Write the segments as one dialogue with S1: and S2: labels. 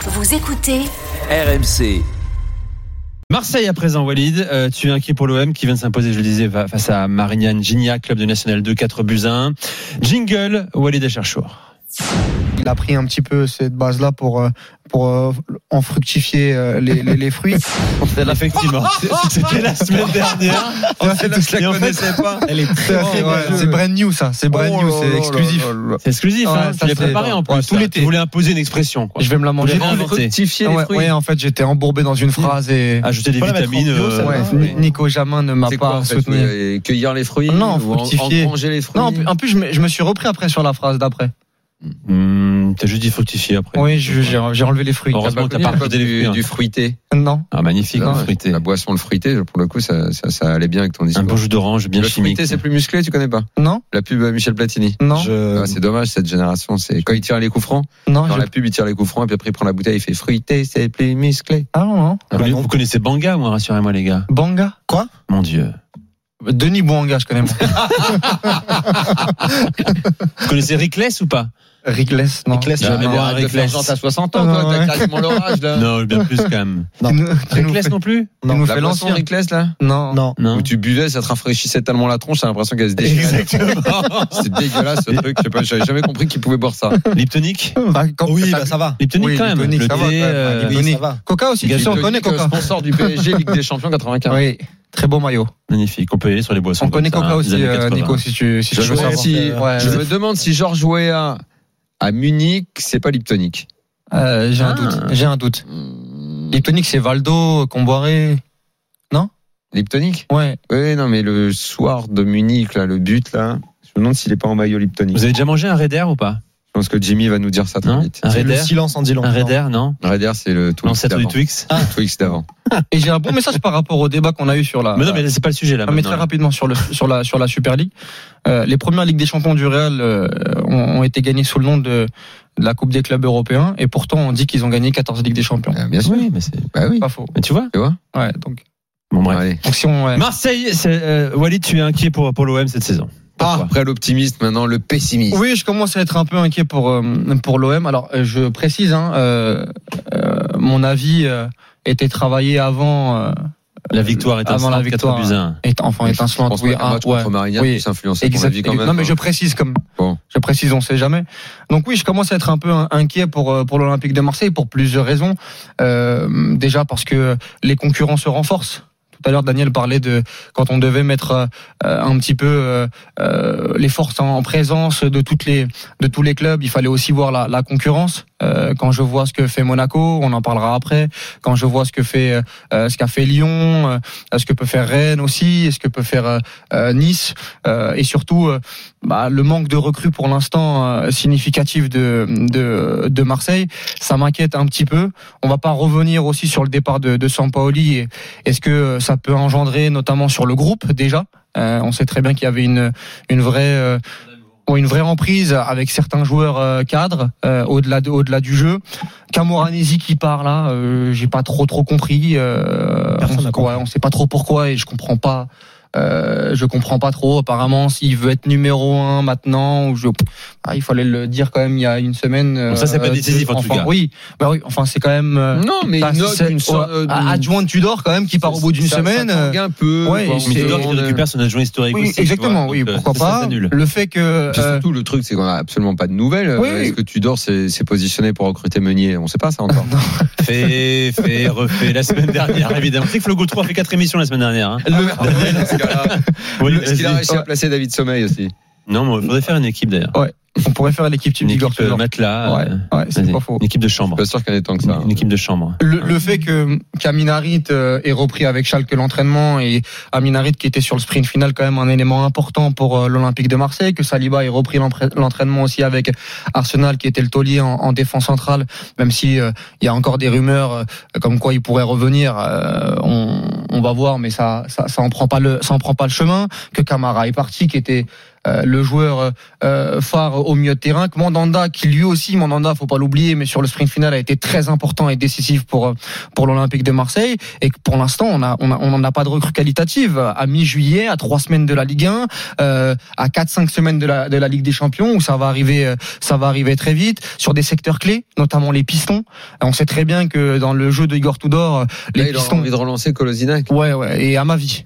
S1: Vous écoutez
S2: RMC.
S3: Marseille à présent, Walid. Euh, tu es inquiet pour l'OM qui vient de s'imposer, je le disais, va- face à Marignane Gignac, club de National 2, 4 buts à 1. Jingle, Walid Acharchour.
S4: Il a pris un petit peu cette base-là pour, euh, pour euh, en fructifier euh, les, les, les fruits.
S3: Effectivement, c'était la semaine dernière. Et en fait,
S4: pas.
S3: elle est
S4: C'est ouais, c'est brand new ça, c'est brand new, c'est exclusif.
S3: C'est exclusif,
S4: Ouais,
S3: hein, tu
S4: ça,
S3: l'as
S4: c'est
S3: préparé
S4: dans-
S3: en plus.
S4: ouais, tout
S3: là.
S4: l'été.
S3: Tu voulais imposer une expression. Quoi.
S4: Je vais me la manger.
S3: J'ai inventé.
S4: Ah ouais, ouais, en fait, j'étais embourbé dans une phrase et
S3: Ajouter des
S5: Faut la mettre en
S3: vitamines.
S5: bio, ça
S3: euh,
S4: ouais,
S5: va, ouais.
S4: Nico Jamin ne m'a
S6: C'est
S4: pas
S6: quoi en fait
S4: soutenu.
S6: euh, Cueillir les fruits
S4: Non,
S6: ou en,
S4: fructifier.
S6: engranger les fruits
S4: Non, en plus- en plus, je me, je me suis repris après sur la phrase d'après.
S3: hmm, T'as juste dit fructifier après.
S4: Oui, je- j'ai j'ai enlevé les fruits.
S3: Bon.
S6: T'as
S3: heureusement
S6: pas
S3: que t'as
S6: connu
S3: pas
S6: la pop
S3: rajouté les fruits,
S6: du,
S3: hein.
S6: du fruité.
S4: Non.
S3: Ah, magnifique,
S6: Non,
S3: le fruité.
S6: La boisson, le fruité, pour le coup, ça, ça, ça allait bien avec ton
S3: Un
S6: discours.
S3: beau jus d'orange bien
S6: le
S3: chimique.
S6: fruité, c'est plus musclé, tu connais pas
S4: Non,
S6: La pub euh, Michel Platini.
S4: non,
S5: Je-
S6: Ah, c'est dommage, cette génération. C'est quand il tire les coups francs.
S4: non.
S6: Dans
S4: je-
S6: la pub, il tire les coups francs, et puis après, il prend la bouteille, il fait fruité, c'est plus musclé.
S4: Ah non, non.
S3: Vous, vous connaissez Banga, moi, rassurez-moi, les gars.
S4: Banga.
S3: Mon Dieu.
S4: Denis Bouanga, je connais moi.
S3: Vous connaissez Rickless ou pas
S4: Rickless, non.
S5: Nicolas,
S3: Jamais
S5: jamais
S3: boire
S6: Ah, arrête
S3: avec
S6: de faire
S3: glace.
S6: genre, t'as 60
S4: Ah,
S6: ans, toi,
S4: non, ouais.
S6: t'as quasiment l'orage, là.
S3: Non, bien plus quand même.
S4: Tu nous- tu nous
S3: Rickless
S4: fais-
S3: non plus
S4: tu nous
S6: La
S4: fais
S6: boisson
S4: l'ancien.
S6: Rickless, là
S4: Non.
S5: Non.
S3: Non.
S6: Où tu buvais, ça te rafraîchissait tellement la tronche, t'as l'impression qu'elle se déchirait. C'est dégueulasse, ce truc. Je sais pas, J'avais jamais compris qu'il pouvait boire ça.
S3: Liptonic
S4: Bah, quand-
S5: Oui,
S4: t'as-
S5: bah, ça va.
S3: Liptonic
S4: Oui,
S3: quand même.
S4: Liptonic,
S3: le
S4: ça va,
S3: thé,
S4: quand même.
S3: euh,
S4: Liptonic.
S5: Oui, ça va.
S4: Coca aussi, tu sais, on
S6: Liptonic,
S4: connaît Coca.
S6: Sponsor du PSG, Ligue des Champions 95.
S4: Oui, très beau maillot.
S3: magnifique. On peut y aller sur les boissons.
S4: On
S3: comme
S4: connaît
S3: ça,
S4: Coca
S3: hein,
S4: aussi,
S3: des années
S4: euh,
S3: 80.
S4: Nico, si tu, si
S6: Je,
S4: tu veux
S6: me,
S4: savoir.
S6: si-
S5: savoir.
S6: je me demande si Georges Weah à Munich, c'est pas Liptonic.
S4: Euh, J'ai un
S3: Ah.
S4: doute. J'ai un doute.
S6: Hmm,
S4: Liptonic, c'est Valdo, Comboiré.
S6: Liptonic
S4: Ouais.
S6: Oui, non, mais le soir de Munich, là, le but, là, je me demande s'il est pas en maillot Liptonic.
S3: Vous avez déjà mangé un Raider ou pas
S6: Je pense que Jimmy va nous dire ça très
S3: Non
S6: vite.
S3: Un
S5: C'est le
S3: Raider
S5: silence en dit long.
S3: Un Raider, non
S6: Raider, c'est le Twix
S3: L'ancêtre du
S6: d'avant.
S3: Twix
S6: Le Twix d'avant.
S4: Et j'ai un bon message par rapport au débat qu'on a eu sur la.
S3: Mais non, mais c'est pas le sujet là.
S4: Non, mais
S3: maintenant,
S4: très
S3: là.
S4: rapidement sur le sur la sur la Super League, Euh, les premières ligues des champions du Real euh, ont, ont été gagnées sous le nom de, de la Coupe des clubs européens et pourtant on dit qu'ils ont gagné 14 ligues des champions.
S6: Euh, bien sûr.
S3: Oui, mais c'est.
S6: Bah oui.
S4: Pas faux.
S3: Mais tu vois
S6: Tu vois
S4: Ouais, donc,
S3: Bon, bref.
S6: Allez.
S4: donc si on ouais.
S3: Marseille, c'est, euh, Walid, tu es inquiet pour, pour l'OM cette saison.
S6: Ah,
S3: Pourquoi
S6: après l'optimiste, maintenant le pessimiste.
S4: Oui, je commence à être un peu inquiet pour euh, pour l'OM. Alors, euh, je précise, hein, euh, euh, mon avis euh, était travaillé avant, euh,
S3: La victoire est
S4: Avant la
S3: insolente, 4
S4: victoire,
S3: buts à 1.
S4: éte- enfin
S6: Je
S4: étincelante.
S6: pense
S4: Oui,
S6: pas qu'un
S4: ah,
S6: match
S4: ouais.
S6: contre Marignane
S4: Oui.
S6: puisse influencer ton
S4: Exact.
S6: avis quand même.
S4: non mais
S6: hein.
S4: je précise comme
S6: Bon.
S4: je précise on sait jamais. Donc oui, je commence à être un peu in- inquiet pour euh, pour l'Olympique de Marseille pour plusieurs raisons. Euh, déjà parce que les concurrents se renforcent. Tout à l'heure Daniel parlait de quand on devait mettre euh, un petit peu euh, euh, les forces en, en présence de toutes les de tous les clubs, il fallait aussi voir la, la concurrence. Euh, quand je vois ce que fait Monaco, on en parlera après. Quand je vois ce que fait euh, ce qu'a fait Lyon, euh, ce que peut faire Rennes aussi, et ce que peut faire euh, euh, Nice, euh, et surtout euh, bah, le manque de recrues pour l'instant euh, significatif de, de de Marseille, ça m'inquiète un petit peu. On va pas revenir aussi sur le départ de, de Sampaoli. et Est-ce que euh, ça peut engendrer notamment sur le groupe déjà Euh, On sait très bien qu'il y avait une une vraie euh, ouais, une vraie emprise avec certains joueurs euh, cadres euh, au-delà de, au-delà du jeu. Camoranesi qui part là, euh, j'ai pas trop trop compris. Euh,
S5: Personne
S4: on,
S5: n'a
S4: ouais,
S5: compris.
S4: on sait pas trop pourquoi et je comprends pas. Euh, je comprends pas trop. Apparemment, s'il veut être numéro un maintenant, ou je... Ah, il fallait le dire quand même il y a une semaine.
S3: Bon, ça, c'est pas décisif, en tout
S4: enfin,
S3: cas.
S4: Oui, bah oui. Enfin, c'est quand même. euh,
S6: Non, Mm, mais
S4: bah,
S6: il note
S4: c'est-
S6: une sorte
S4: ouais,
S6: de-
S4: adjoint de Tudor quand même qui part au bout d'une
S6: Ça- ça
S4: semaine.
S6: tangue un peu.
S4: ouais,
S6: quoi, on
S4: et
S6: euh, se euh,
S3: Mais
S4: c'est-
S3: Tudor qui
S6: demande-
S3: récupère son adjoint historique
S4: oui,
S3: aussi.
S4: exactement.
S3: tu vois,
S4: Oui,
S3: donc,
S4: pourquoi
S3: euh, ça,
S4: pas
S3: ça s'annule.
S4: Le fait que
S6: Puis
S4: euh,
S6: surtout, le truc, c'est qu'on a absolument pas de nouvelles.
S4: Oui.
S6: Est-ce que Tudor s'est s'est positionné pour recruter Meunier On sait pas ça encore.
S3: Fait, fait, refait la semaine dernière, évidemment. Tu sais que Flo Gautreau a fait 4 émissions la semaine dernière. Hein.
S4: Ah
S6: Le- Dans ce cas-là,
S3: Oui,
S6: Est-ce qu'il a
S3: vas-y.
S6: réussi à placer David Sommeil aussi
S3: Non, mais il faudrait faire une équipe d'ailleurs.
S4: on pourrait faire l'équipe
S3: Une
S4: type d'Igor
S3: équipe euh,
S4: Tudor.
S3: matelas.
S4: Ouais,
S3: euh,
S4: ouais, c'est
S3: vas-y.
S4: pas faux.
S3: Une équipe de chambre.
S6: Pas sûr qu'il y en ait tant que ça.
S3: bah.
S6: hein.
S3: Une équipe de chambre.
S4: Le, le fait que Kaminarit est repris avec Schalke l'entraînement et Aminarit qui était sur le sprint final quand même un élément important pour euh, l'Olympique de Marseille, que Saliba ait repris l'empre- l'entraînement aussi avec Arsenal qui était le taulier en, en défense centrale, même si euh, il y a encore des rumeurs euh, comme quoi il pourrait revenir, euh, on, on va voir, mais ça, ça ça en prend pas le ça en prend pas le chemin que Camara est parti qui était euh, le joueur euh, phare au milieu de terrain. Que Mandanda, qui lui aussi, Mandanda, faut pas l'oublier, mais sur le sprint final a été très important et décisif pour euh, pour l'Olympique de Marseille. Et que pour l'instant, on a on a- on n'en a pas de recrue qualitative. À mi-juillet, à trois semaines de la Ligue 1, euh, à 4-5 semaines de la, de la Ligue des Champions où ça va arriver euh, ça va arriver très vite sur des secteurs clés notamment les pistons Euh, on sait très bien que dans le jeu de Igor Tudor euh, les
S6: Là, il aura
S4: pistons
S6: envie de relancer Colosinac.
S4: ouais ouais et à ma vie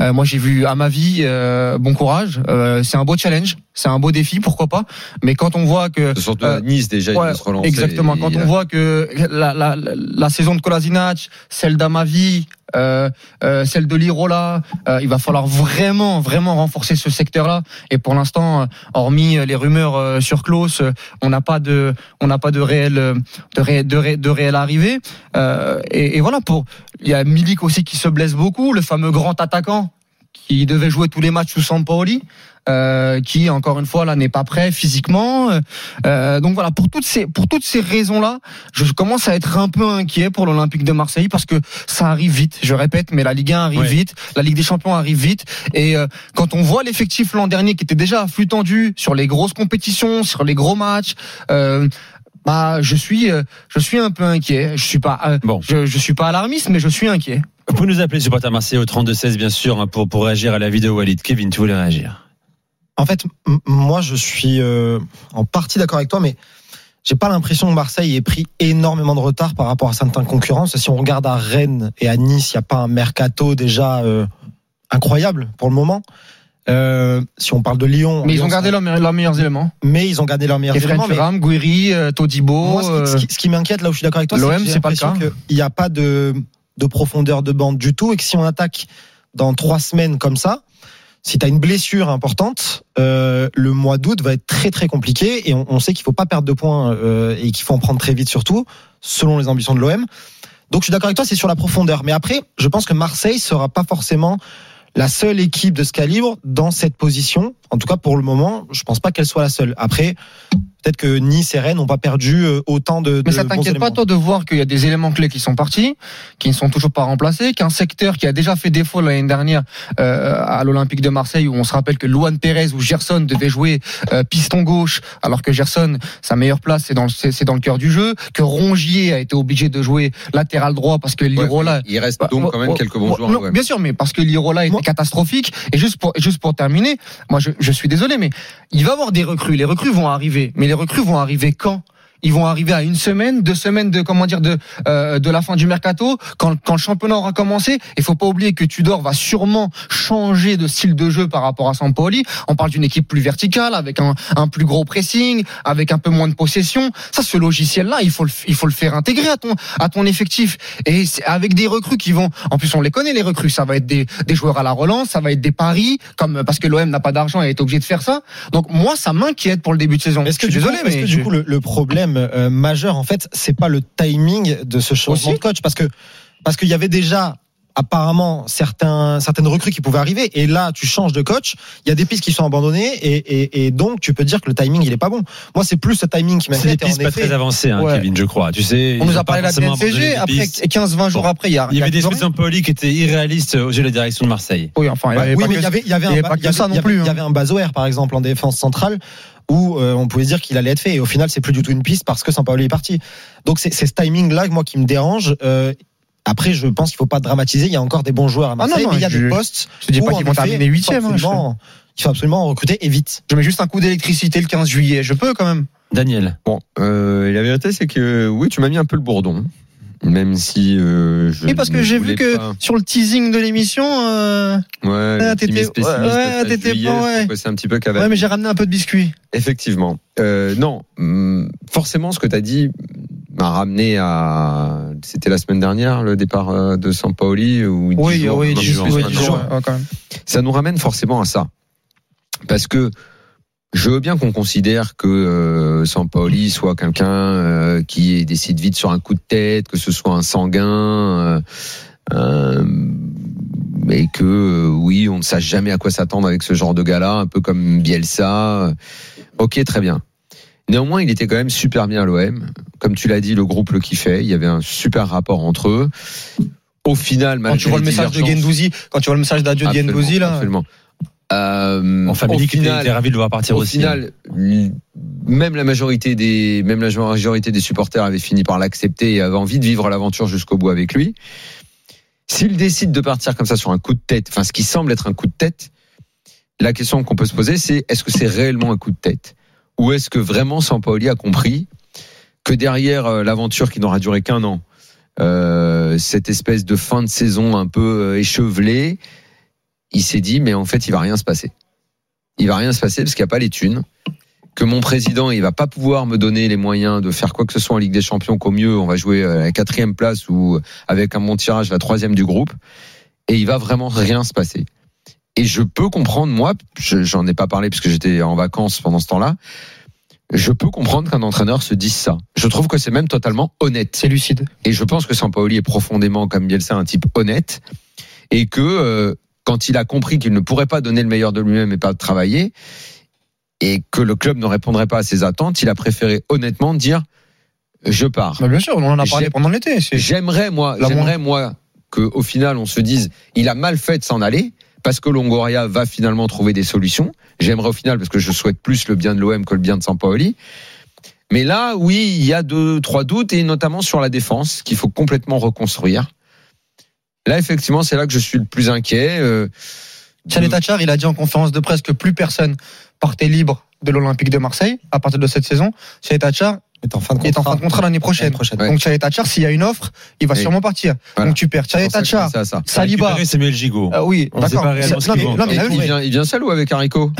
S4: Euh, moi j'ai vu à ma vie euh, bon courage Euh, c'est un beau challenge c'est un beau défi pourquoi pas mais quand on voit que
S6: Surtout
S4: Euh,
S6: à Nice, déjà, il
S4: ouais,
S6: veut se relancer.
S4: Exactement.
S6: Et euh,
S4: Quand
S6: il
S4: on
S6: a-
S4: voit que la, la, la, la saison de Kolasinac, celle d'Amavi, euh, euh, celle de Lirola, euh, il va falloir vraiment, vraiment renforcer ce secteur-là. Et pour l'instant, euh, hormis euh, les rumeurs euh, sur Klaus, euh, on n'a pas de, on n'a pas de réel, euh, de réel, de réel, de réel arrivée. Euh, et, et voilà. Pour il y a Milik aussi qui se blesse beaucoup, le fameux grand attaquant qui devait jouer tous les matchs sous Sampaoli. Euh, qui encore une fois là n'est pas prêt physiquement Euh, euh, donc voilà, pour toutes ces pour toutes ces raisons-là, je commence à être un peu inquiet pour l'Olympique de Marseille parce que ça arrive vite. Je répète, mais la Ligue 1 arrive
S3: Ouais.
S4: vite, la Ligue des Champions arrive vite. Et euh, quand on voit l'effectif l'an dernier qui était déjà à flux tendu sur les grosses compétitions, sur les gros matchs. euh, bah, je suis, euh, je suis un peu inquiet. Je suis pas, euh,
S3: Bon.
S4: je, je suis pas alarmiste, mais je suis inquiet.
S3: Vous pouvez nous appeler supporter Marseille au 32-16, bien sûr, hein, pour, pour réagir à la vidéo Walid. Kevin, tu voulais réagir.
S1: En fait, m- moi, je suis euh, en partie d'accord avec toi, mais j'ai pas l'impression que Marseille ait pris énormément de retard par rapport à certains concurrents. Si on regarde à Rennes et à Nice, il n'y a pas un mercato déjà euh, incroyable pour le moment. Euh, si on parle de Lyon,
S4: Mais ils
S1: Lyon,
S4: ont gardé
S1: ça-
S4: leurs, leurs meilleurs éléments.
S1: mais ils ont gardé leurs meilleurs
S4: Efraïm
S1: éléments. mais
S4: Thuram, Guiri, euh, Todibo.
S1: moi, ce qui- ce qui, ce qui m'inquiète là où je suis d'accord avec toi, c'est
S4: l'OM,
S1: que j'ai
S4: euh, c'est pas le
S1: l'impression qu'il n'y a pas de, de profondeur de bande du tout et que si on attaque dans trois semaines comme ça, si tu as une blessure importante, euh, le mois d'août va être très très compliqué et on, on sait qu'il faut pas perdre de points euh, et qu'il faut en prendre très vite surtout, selon les ambitions de l'OM. Donc je suis d'accord avec toi, c'est sur la profondeur. Mais après, je pense que Marseille sera pas forcément la seule équipe de ce calibre dans cette position. En tout cas, pour le moment, je pense pas qu'elle soit la seule. Après, peut-être que Nice et Rennes n'ont pas perdu euh, autant
S4: Mais
S1: de. de
S4: ça
S1: bons
S4: t'inquiète pas
S1: éléments.
S4: toi de voir qu'il y a des éléments clés qui sont partis, qui ne sont toujours pas remplacés, qu'un secteur qui a déjà fait défaut l'année dernière euh, à l'Olympique de Marseille où on se rappelle que Luan Pérez ou Gerson devaient jouer euh, piston gauche alors que Gerson sa meilleure place c'est dans le c'est c'est dans le cœur du jeu, que Rongier a été obligé de jouer latéral droit parce que
S6: Ouais,
S4: Lirola
S6: il reste
S4: bah,
S6: donc quand même
S4: moi-
S6: quelques bons
S4: moi-
S6: joueurs.
S4: non,
S6: quand même.
S4: bien sûr, mais parce que Lirola était
S1: Moi-
S4: catastrophique. Et juste pour, juste pour terminer, moi, je, je suis désolé, mais il va y avoir des recrues. Les recrues vont arriver. Mais les recrues vont arriver quand ils vont arriver à une semaine, deux semaines de comment dire de euh, de la fin du mercato, quand, quand le championnat aura commencé. Il faut pas oublier que Tudor va sûrement changer de style de jeu par rapport à Sampoli. On parle d'une équipe plus verticale, avec un, un plus gros pressing, avec un peu moins de possession. Ça, ce logiciel-là, il faut le, il faut le faire intégrer à ton à ton effectif. Et c'est avec des recrues qui vont. En plus, on les connaît les recrues. Ça va être des, des joueurs à la relance, ça va être des paris, comme parce que l'OM n'a pas d'argent et est obligé de faire ça. Donc moi, ça m'inquiète pour le début de saison.
S1: Est-ce que,
S4: je suis
S1: du
S4: désolé,
S1: coup, est-ce
S4: mais
S1: que du coup le, le problème euh, majeur en fait, c'est pas le timing de ce changement
S4: Aussi
S1: de coach parce que parce qu'il y avait déjà apparemment certains certaines recrues qui pouvaient arriver et là tu changes de coach, il y a des pistes qui sont abandonnées et, et, et donc tu peux dire que le timing il est pas bon. Moi c'est plus ce timing qui
S3: C'est des
S1: m'inquiète. et en
S3: pistes pas
S1: effet-
S3: très avancées, hein,
S4: Ouais.
S3: Kevin, je crois. Tu sais,
S4: on
S3: ils
S4: nous
S3: ont
S4: a
S3: pas
S4: parlé de la
S3: forcément abandonné
S4: BNCG.
S3: des
S4: Après
S3: pistes.
S4: 15-20 jours
S3: Bon.
S4: après, il y a
S3: Il y avait des
S4: plus
S3: souhaits de Sampoli qui étaient irréalistes aux yeux de la direction de Marseille.
S4: Oui, enfin, Ah, il y
S1: Ouais,
S4: avait
S1: Bah oui,
S4: pas
S1: mais
S4: que-
S1: il y avait, il y avait,
S4: il
S1: un,
S4: y avait
S1: ba-
S4: pas
S1: il y
S4: que
S1: avait-
S4: ça
S1: il y
S4: non
S1: avait-
S4: plus,
S1: il y
S4: hein.
S1: avait un Bazoer, par exemple, en défense centrale, où euh, on pouvait dire qu'il allait être fait. Et au final, c'est plus du tout une piste parce que Sampaoli est parti. Donc, c'est c'est ce timing-là, moi, qui me dérange. Euh, après, je pense qu'il faut pas dramatiser. Il y a encore des bons joueurs à
S4: Ah, non,
S1: Marseille,
S4: non,
S1: mais il y a
S4: je-
S1: des postes.
S4: Je te dis
S1: où,
S4: pas
S1: en
S4: qu'ils vont
S1: effet,
S4: terminer
S1: il faut
S4: huitième. hein, je-
S1: absolument- Il faut absolument recruter et vite.
S4: Je mets juste un coup d'électricité le 15 juillet. Je peux quand même.
S3: Daniel.
S6: Bon, euh, et la vérité, c'est que oui, tu m'as mis un peu le bourdon. Même si euh, je.
S4: Oui, parce que
S6: ne
S4: j'ai vu
S6: voulais
S4: que
S6: pas.
S4: sur le teasing de l'émission, euh,
S6: Ouais,
S4: Ah,
S6: l'optimiste
S4: t'étais- ouais,
S6: pessimiste,
S4: ouais,
S6: ça,
S4: t'étais
S6: juillet,
S4: pas,
S6: je
S4: ouais.
S6: trouve que C'est un petit peu cavalier.
S4: ouais, mais j'ai ramené un peu de biscuits.
S6: Effectivement. Euh, non, hum, forcément, ce que tu as dit m'a ramené à. C'était la semaine dernière, le départ euh, de Sampaoli. Où dix
S4: Oui,
S6: jours,
S4: oui,
S6: dix
S4: dix
S6: jours,
S4: oui,
S6: un
S4: dix
S6: an,
S4: jours, ouais, quand même.
S6: ça nous ramène forcément à ça. Parce que je veux bien qu'on considère que euh, Sampaoli soit quelqu'un euh, qui décide vite sur un coup de tête, que ce soit un sanguin, euh, euh, et que euh, oui, on ne sache jamais à quoi s'attendre avec ce genre de gars-là, un peu comme Bielsa. Ok, très bien. Néanmoins, il était quand même super bien à l'OM. Comme tu l'as dit, le groupe le kiffait. Il y avait un super rapport entre eux. Au final,
S4: Quand tu
S6: malgré
S4: vois le
S6: les
S4: message de
S6: divergences-
S4: Gendouzi, quand tu vois le message d'adieu de
S6: Absolument,
S4: Gendouzi là,
S6: absolument. Euh,
S3: En famille,
S6: au
S3: qui était
S6: final,
S3: était ravi de le voir partir
S6: au
S3: aussi. hein.
S6: final, l- même la majorité des, même la majorité des supporters avaient fini par l'accepter et avaient envie de vivre l'aventure jusqu'au bout avec lui. S'il décide de partir comme ça sur un coup de tête, enfin ce qui semble être un coup de tête, la question qu'on peut se poser, c'est est-ce que c'est réellement un coup de tête ou est-ce que vraiment Sampaoli a compris que derrière euh, l'aventure qui n'aura duré qu'un an, euh, cette espèce de fin de saison un peu euh, échevelée, il s'est dit mais en fait il va rien se passer. Il va rien se passer parce qu'il n'y a pas les thunes. Que mon président, il va pas pouvoir me donner les moyens de faire quoi que ce soit en Ligue des Champions. Qu'au mieux, on va jouer à la quatrième place ou avec un bon tirage la troisième du groupe. Et il va vraiment rien se passer. Et je peux comprendre, moi, je- j'en ai pas parlé parce que j'étais en vacances pendant ce temps-là. Je peux comprendre qu'un entraîneur se dise ça. Je trouve que c'est même totalement honnête.
S4: C'est lucide.
S6: Et je pense que Sampaoli est profondément, comme Bielsa, un type honnête. Et que euh, quand il a compris qu'il ne pourrait pas donner le meilleur de lui-même et pas travailler, et que le club ne répondrait pas à ses attentes, il a préféré honnêtement dire je pars.
S4: Bah, bien sûr, on en a
S6: J'ai-
S4: parlé pendant l'été. c'est-
S6: J'aimerais moi,
S4: La
S6: j'aimerais moi que au final on se dise il a mal fait de s'en aller parce que Longoria va finalement trouver des solutions. J'aimerais au final parce que je souhaite plus le bien de l'OM que le bien de Sampaoli. Mais là, oui, il y a deux trois doutes et notamment sur la défense qu'il faut complètement reconstruire. Là, effectivement, c'est là que je suis le plus inquiet. euh,
S4: Tiens,
S6: Mm.
S4: Tachar, il a dit en conférence de presse que plus personne partait libre de l'Olympique de Marseille à partir de cette saison. Tiens, Tachar
S1: est en fin de
S4: est en fin de
S1: contrat.
S4: contrat l'année
S1: L'année
S4: prochaine.
S1: prochaine.
S6: Ouais.
S4: Donc Tchad Tachar, s'il y a une offre, il va
S6: Oui.
S4: sûrement partir.
S6: Voilà.
S4: Donc tu perds Tchad
S6: c'est pour ça que je
S4: Tachar,
S6: pensais à ça.
S3: Ça a
S4: Saliba.
S3: récupéré Samuel Gigot.
S4: Ah oui,
S3: On sait
S4: d'accord.
S3: pas réellement ce
S4: Non,
S3: qu'il
S4: mais-
S3: vend.
S4: non, Ah, mais
S6: Et
S4: là, oui.
S6: il, vient, il vient seul ou avec Haricot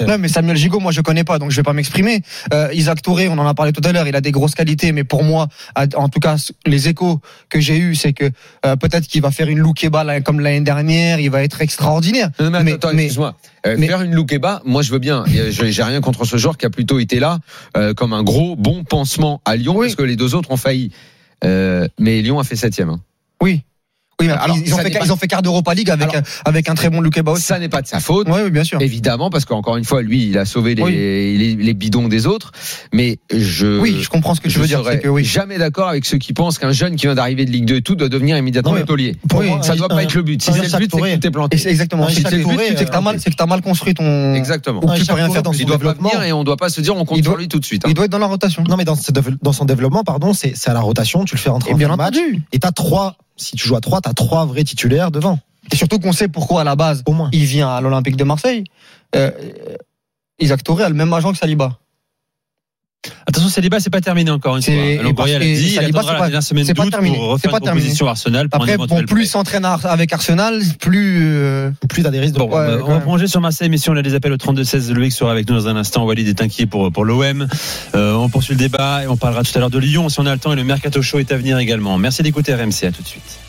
S4: Non, mais Samuel Gigot, moi je connais pas, donc je vais pas m'exprimer. Euh, Isaac Touré, on en a parlé tout à l'heure, il a des grosses qualités, mais pour moi, à- en tout cas, les échos que j'ai eus, c'est que euh, peut-être qu'il va faire une Loukeba là, comme l'année dernière, il va être extraordinaire.
S6: Non, mais,
S4: Mais-
S6: attends, attends,
S4: mais-
S6: excuse-moi. Euh,
S4: mais-
S6: faire une Loukeba, moi je veux bien. Et, euh, J'ai j'ai rien contre ce joueur qui a plutôt été là euh, comme un gros bon pansement à Lyon
S4: Oui.
S6: parce que les deux autres ont failli. Euh, mais Lyon a fait septième. hein.
S4: Oui. Oui, mais
S6: Alors,
S4: ils, ont
S6: ça
S4: fait,
S6: n'est pas-
S4: ils ont fait quart d'Europa League avec,
S6: Alors-
S4: un- avec un très bon Loukeba aussi.
S6: Ça n'est pas de sa faute,
S4: Oui, oui, bien sûr.
S6: évidemment, parce qu'encore une fois, lui, il a sauvé les,
S4: Oui.
S6: les, les bidons des autres. Mais je
S4: Oui, je comprends ce que tu
S6: euh, je
S4: veux dire.
S6: serais
S4: c'est que oui.
S6: jamais d'accord avec ceux qui pensent qu'un jeune qui vient d'arriver de Ligue 2 et tout doit devenir immédiatement
S1: Non, mais-
S6: étolier.
S1: Pour
S4: Oui,
S1: moi,
S6: Ça doit
S1: un-
S6: pas être le but. Si
S1: un
S6: c'est le
S1: Richard
S6: but, c'est
S1: Touré.
S6: que t'es planté.
S4: Et c'est- Exactement.
S1: Non,
S4: Si
S1: Isaac
S4: c'est le
S1: Touré,
S4: but, c'est que t'as
S1: euh,
S4: mal, c'est que t'as mal construit ton.
S6: Exactement.
S4: Ou tu peux rien faire.
S1: Richard Touré, dans
S6: Il
S1: son
S6: doit pas
S1: développement.
S6: venir et on doit pas se dire on compte
S4: Il
S6: sur
S4: doit-
S6: lui tout de suite. hein.
S4: Il doit être dans la rotation.
S1: Non, mais dans, ce dév- dans son développement, pardon, c'est c'est à la rotation, tu le fais rentrer
S4: Et
S1: en
S4: bien
S1: fin de match.
S4: entendu.
S1: Et t'as trois, si tu joues à trois, t'as trois vrais titulaires devant,
S4: Et surtout qu'on sait pourquoi à la base
S1: au moins.
S4: il vient à l'Olympique de Marseille. Euh, Isaac Touré a le même agent que Saliba.
S3: Attention, Saliba, c'est pas terminé encore une fois.
S4: C'est- et
S3: Alors,
S4: parce
S3: Boria l'a
S4: que
S3: dit, il
S4: Saliba,
S3: attendra
S4: c'est pas-
S3: la dernière semaine
S4: c'est pas
S3: d'août
S4: terminé.
S3: pour
S4: C'est
S3: refaire
S4: pas
S3: une proposition à Arsenal pour un
S4: Après,
S3: éventuel
S4: bon, plus il s'entraîne à- avec Arsenal, plus. euh,
S1: Plus t'as des risques de.
S3: Bon,
S4: Ouais,
S3: euh,
S4: quand
S3: on va
S4: même.
S3: plonger sur Marseille, mais si on a des appels au 32-16, Loïc sera avec nous dans un instant. Walid est inquiet pour, pour l'OM. Euh, on poursuit le débat et on parlera tout à l'heure de Lyon si on a le temps et le Mercato Show est à venir également. Merci d'écouter RMC, à tout de suite.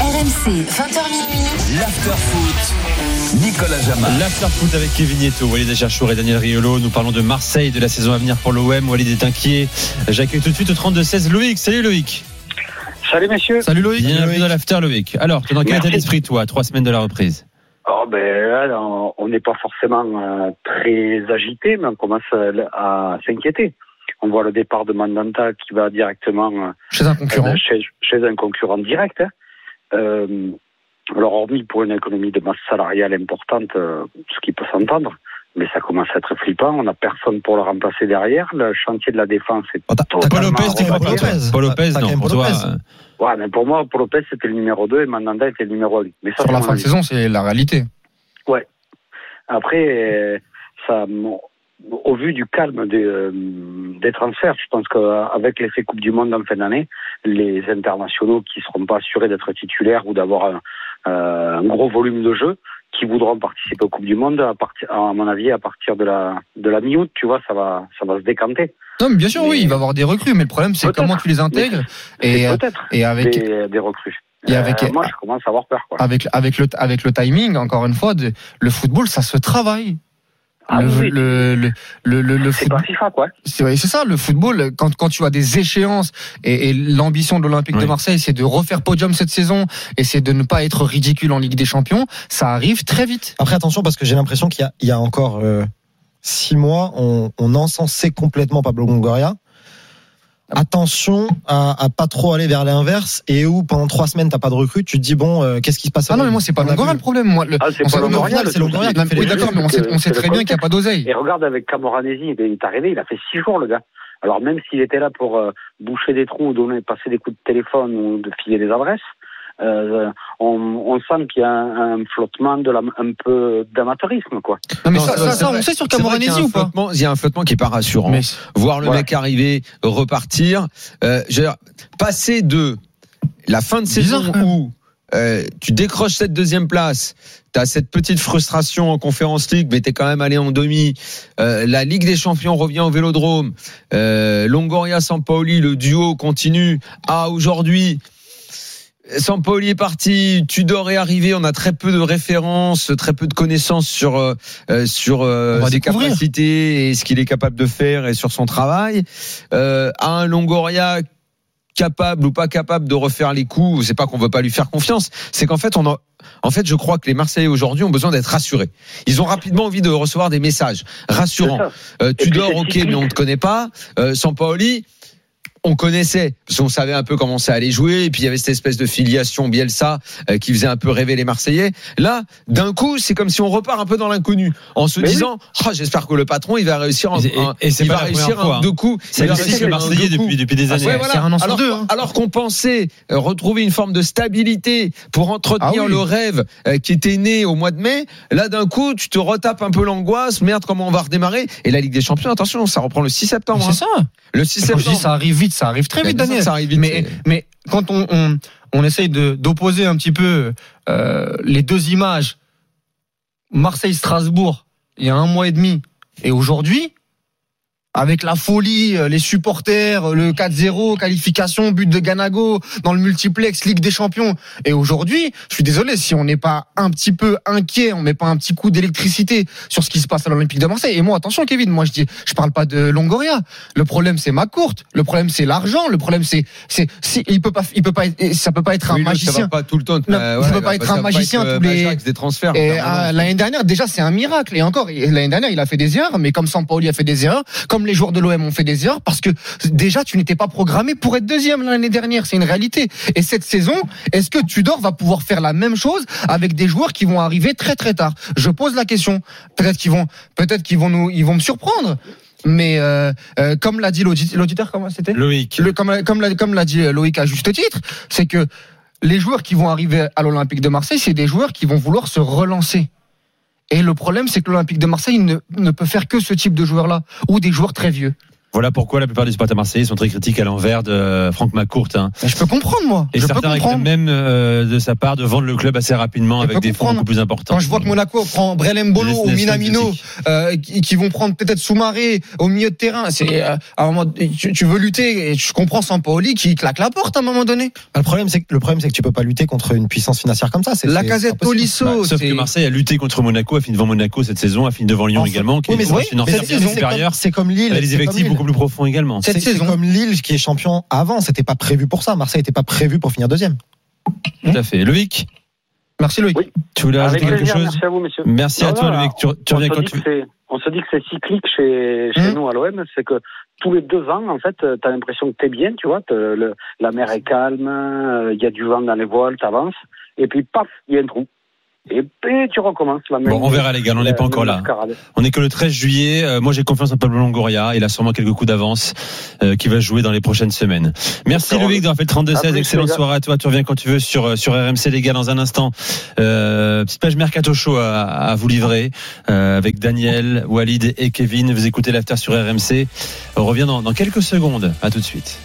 S2: RMC, 20h minuit.
S5: L'afterfoot, Nicolas Jamin.
S3: L'after foot avec Kevin Nieto, Walid Acharchour et Daniel Riolo. Nous parlons de Marseille, de la saison à venir pour l'OM. Walid est inquiet. J'accueille tout de suite au 32-16 Loïc. Salut Loïc.
S7: Salut messieurs.
S4: Salut Loïc.
S3: Bienvenue dans l'after Loïc. Alors, t'es dans quel
S7: Merci.
S3: état d'esprit toi, à trois semaines de la reprise
S7: Oh ben là, là, on- on n'est pas forcément euh, très agité, mais on commence à, à s'inquiéter. On voit le départ de Mandanta qui va directement euh,
S4: Chez un concurrent.
S7: euh, chez, chez un concurrent direct. hein. Euh, alors hormis pour une économie de masse salariale importante, euh, ce qui peut s'entendre, mais ça commence à être flippant. On n'a personne pour le remplacer derrière. Le chantier de la défense est
S1: Bon, t'as- t'as quand
S3: Paul
S1: même
S3: Lopez,
S1: Marc-
S3: t'es
S1: Paul
S3: quoi pour toi
S1: Lopez.
S3: Paul Lopez,
S1: T'as quand
S3: non,
S1: même
S3: pour
S1: Paul
S3: toi.
S1: Lopez.
S3: euh,
S7: Ouais, mais pour moi, pour Lopez, c'était le numéro 2 et Mandanda était le numéro 1. Mais ça,
S4: Sur
S7: c'est
S4: la
S7: mon
S4: fin de
S7: avis.
S4: saison, c'est la réalité.
S7: Après, euh, ça, mon- au vu du calme des, euh, des transferts, je pense qu'avec l'effet Coupe du Monde en fin d'année, les internationaux qui seront pas assurés d'être titulaires ou d'avoir un, euh, un gros volume de jeu, qui voudront participer aux Coupes du Monde, à, partir, à mon avis, à partir de la, de la mi-août, tu vois, ça va, ça va se décanter.
S4: Non, mais bien sûr, oui,
S7: Mais-
S4: il va avoir des recrues, mais le problème, c'est
S7: Peut-être.
S4: comment tu les intègres et,
S7: C'est
S4: euh,
S7: peut-être
S4: et avec
S7: des, des recrues.
S4: et avec-
S7: Euh, moi, je commence à avoir peur. Quoi.
S4: avec avec le avec le timing. Encore une fois, de- le football, ça se travaille.
S7: Ah
S4: le,
S7: oui,
S4: le, le, le, le, le
S7: c'est pas
S4: football-
S7: FIFA, quoi.
S4: C'est ouais, c'est ça, le football, quand, quand tu as des échéances, et, et l'ambition de l'Olympique de
S3: Oui.
S4: Marseille, c'est de refaire podium cette saison, et c'est de ne pas être ridicule en Ligue des Champions, ça arrive très vite.
S1: Après, attention, parce que j'ai l'impression qu'il y a, il y a encore euh, six mois, on, on encensait complètement Pablo Longoria. attention à, à pas trop aller vers l'inverse et où pendant trois semaines t'as pas de recrue, tu te dis bon euh, qu'est-ce qui se passe
S4: Ah non, mais moi, c'est pas
S1: On a
S4: Longoria
S1: vu.
S4: le problème. Moi, le-
S7: Ah, c'est
S4: on
S7: pas
S4: sait-
S7: Longoria,
S4: non,
S7: le
S4: c'est Longoria qui
S7: truc.
S4: fait les- Oui, d'accord, mais on sait, on sait
S7: C'est le
S4: très bien qu'il n'y a
S7: contexte.
S4: pas d'oseille.
S7: Et regarde avec Camoranesi, ben, il est arrivé, il a fait six jours le gars. Alors même s'il était là pour euh, boucher des trous, donner, passer des coups de téléphone ou de filer des adresses, euh, on, on sent qu'il y a un, un flottement de la, un peu d'amateurisme quoi.
S4: Non, mais
S6: Non,
S4: ça,
S6: c'est
S4: ça,
S6: vrai,
S4: ça,
S6: c'est
S4: on sait sur
S6: C'est vrai qu'il y a
S4: Camoranesi
S6: un
S4: ou pas
S6: flottement- Il y a un flottement qui est pas rassurant.
S4: Mais
S6: voir le
S7: Voilà.
S6: mec arriver, repartir. Euh, je veux dire, passer de la fin de
S4: Bizarre,
S6: saison
S4: quand même.
S6: où euh, tu décroches cette deuxième place, tu as cette petite frustration en conférence League, mais tu es quand même allé en demi. Euh, la Ligue des Champions revient au Vélodrome. Euh, Longoria, Sampaoli, le duo continue. Ah, aujourd'hui. Sampaoli est parti, Tudor est arrivé, on a très peu de références, très peu de connaissances sur euh, euh, sur euh,
S4: On va
S6: ses
S4: découvrir.
S6: capacités et ce qu'il est capable de faire et sur son travail. Euh, à un Longoria capable ou pas capable de refaire les coups, c'est pas qu'on veut pas lui faire confiance, c'est qu'en fait on a en fait, je crois que les Marseillais aujourd'hui ont besoin d'être rassurés. Ils ont rapidement envie de recevoir des messages rassurants.
S7: C'est ça.
S6: Euh,
S7: puis,
S6: Tudor,
S7: c'est
S6: ok,
S7: cyclique.
S6: mais on ne connaît pas. Euh, Sampaoli, on connaissait, parce qu'on savait un peu comment ça allait jouer. Et puis il y avait cette espèce de filiation Bielsa euh, qui faisait un peu rêver les Marseillais. Là, d'un coup, c'est comme si on repart un peu dans l'inconnu, en se
S7: Mais
S6: disant, Ah, j'espère que le patron, il va réussir un,
S3: Et- et-
S6: un-
S3: et c'est
S6: il
S3: pas
S6: va
S3: la première
S6: réussir
S3: fois,
S6: un
S3: hein.
S6: deux coups.
S3: C'est
S6: Il va
S3: le cycle
S6: réussir un
S3: marseillais
S6: deux coups.
S3: depuis, depuis des
S6: Ah,
S3: années.
S6: ouais,
S4: c'est
S6: voilà.
S4: un an sur
S6: alors,
S4: deux, hein.
S6: alors qu'on pensait euh, retrouver une forme de stabilité pour entretenir
S4: Ah oui.
S6: le rêve euh, qui était né au mois de mai, là d'un coup tu te retapes un peu l'angoisse, merde comment on va redémarrer Et la Ligue des Champions, attention, ça reprend le 6 septembre.
S4: c'est
S6: hein.
S4: ça.
S6: Le 6
S4: Quand
S6: septembre.
S4: je dis ça arrive vite, ça arrive très
S6: Il y a
S4: vite,
S6: des gens que
S4: Daniel.
S6: ça arrive vite,
S4: mais, mais quand on, on, on essaye de- d'opposer un petit peu euh, les deux images, Marseille-Strasbourg, il y a un mois et demi, et aujourd'hui, avec la folie, euh, les supporters, euh, le 4-0, qualification, but de Ganago, dans le multiplex, Ligue des Champions. Et aujourd'hui, je suis désolé, si on n'est pas un petit peu inquiet, on met pas un petit coup d'électricité sur ce qui se passe à l'Olympique de Marseille. Et moi, attention, Kevin, moi, je dis, je parle pas de Longoria. Le problème, c'est ma courte. Le problème, c'est l'argent. Le problème, c'est, c'est, si, il peut pas, il peut pas, et ça peut pas être un
S6: Oui, le- Ça
S4: magicien.
S6: va pas tout le temps.
S4: Non,
S6: Euh,
S4: ça
S6: voilà,
S4: peut pas
S6: va-
S4: être
S6: ça
S4: un
S6: va pas
S4: magicien
S6: euh,
S4: tous les-
S6: Ajax des transferts.
S4: Et
S6: Enfin,
S4: ah,
S6: voilà.
S4: l'année dernière, déjà, c'est un miracle. Et encore, et l'année dernière, il a fait des erreurs, mais comme Sampaoli a fait des erreurs, comme les joueurs de l'OM ont fait des erreurs, parce que déjà, tu n'étais pas programmé pour être deuxième l'année dernière. C'est une réalité. Et cette saison, est-ce que Tudor va pouvoir faire la même chose avec des joueurs qui vont arriver très très tard Je pose la question. Peut-être qu'ils vont, peut-être qu'ils vont nous, ils vont me surprendre. Mais euh, euh, comme l'a dit l'audit- l'auditeur, comment c'était
S3: Loïc.
S4: le- comme, comme, l'a- comme l'a dit euh, Loïc à juste titre, c'est que les joueurs qui vont arriver à l'Olympique de Marseille, c'est des joueurs qui vont vouloir se relancer. Et le problème, c'est que l'Olympique de Marseille ne, ne peut faire que ce type de joueurs-là, ou des joueurs très vieux.
S3: Voilà pourquoi la plupart des supporters marseillais sont très critiques à l'envers de euh, Franck Macourt. hein.
S4: Et je peux comprendre, moi.
S3: Et
S4: je peux
S3: certains réclament
S4: comprendre.
S3: même euh, de sa part de vendre le club assez rapidement
S4: Je
S3: avec
S4: peux
S3: des fonds
S4: comprendre.
S3: beaucoup plus importants.
S4: Quand je vois que Monaco prend Brelem Bolo ou
S3: Business
S4: Minamino,
S3: critique.
S4: euh, qui, qui vont prendre peut-être Soumaré au milieu de terrain, c'est euh, à un moment, tu, tu veux lutter et je comprends Sampaoli qui claque la porte à un moment donné.
S1: Bah, le problème c'est que le problem, c'est que tu peux pas lutter contre une puissance financière comme ça. C'est
S4: La
S1: c'est
S4: casette
S1: pas possible.
S4: Tolisso,
S3: Ouais, Bah, sauf que Marseille a lutté contre Monaco, a fini devant Monaco cette saison, a fini devant Lyon
S1: Enfin,
S3: également, qui
S1: oui, mais
S3: est
S1: oui, mais
S3: financière
S1: cette
S3: bien
S1: saison, c'est comme-
S3: supérieure.
S1: C'est comme
S3: Elle
S1: Lille.
S3: a des
S1: c'est comme
S3: effectifs
S1: Lille.
S3: beaucoup plus profonds également.
S1: C'est-
S4: Cette
S1: c'est
S4: saison.
S1: comme Lille qui est champion avant, c'était pas prévu pour ça. Marseille était pas prévu pour finir deuxième.
S3: Tout à fait. Loïc,
S4: Merci Loïc.
S3: tu voulais
S7: Avec
S3: rajouter quelque
S7: plaisir,
S3: chose
S7: merci à vous messieurs.
S3: Merci à
S7: Non,
S3: toi,
S7: non,
S3: Loïc. Tu, tu
S7: on
S3: reviens
S7: se
S3: quand
S7: dit
S3: tu veux.
S7: que c'est- On se dit que c'est cyclique chez, chez
S4: Hmm.
S7: nous à l'OM, c'est que tous les deux ans, en fait, euh, t'as l'impression que t'es bien, tu vois, t'as le- la mer est calme, euh, il y a du vent dans les voiles, t'avances, et puis paf, il y a un trou. Et puis tu recommences la même.
S3: Bon, on verra les gars, on n'est
S7: la-
S3: pas encore
S7: même
S3: là.
S7: mascarade.
S3: On est que le 13 juillet. Euh, moi, j'ai confiance en Pablo Longoria. Il a sûrement quelques coups d'avance euh, qui va jouer dans les prochaines semaines. Merci
S7: D'accord.
S3: Loïc d'avoir fait le
S7: À
S3: 32-16.
S7: plus,
S3: Excellente
S7: les gars.
S3: soirée à toi. Tu reviens quand tu veux sur euh, sur RMC les gars dans un instant. Euh, petite page mercato show à, à vous livrer euh, avec Daniel, Walid et Kevin. Vous écoutez l'after sur RMC. On revient dans, dans quelques secondes. À tout de suite.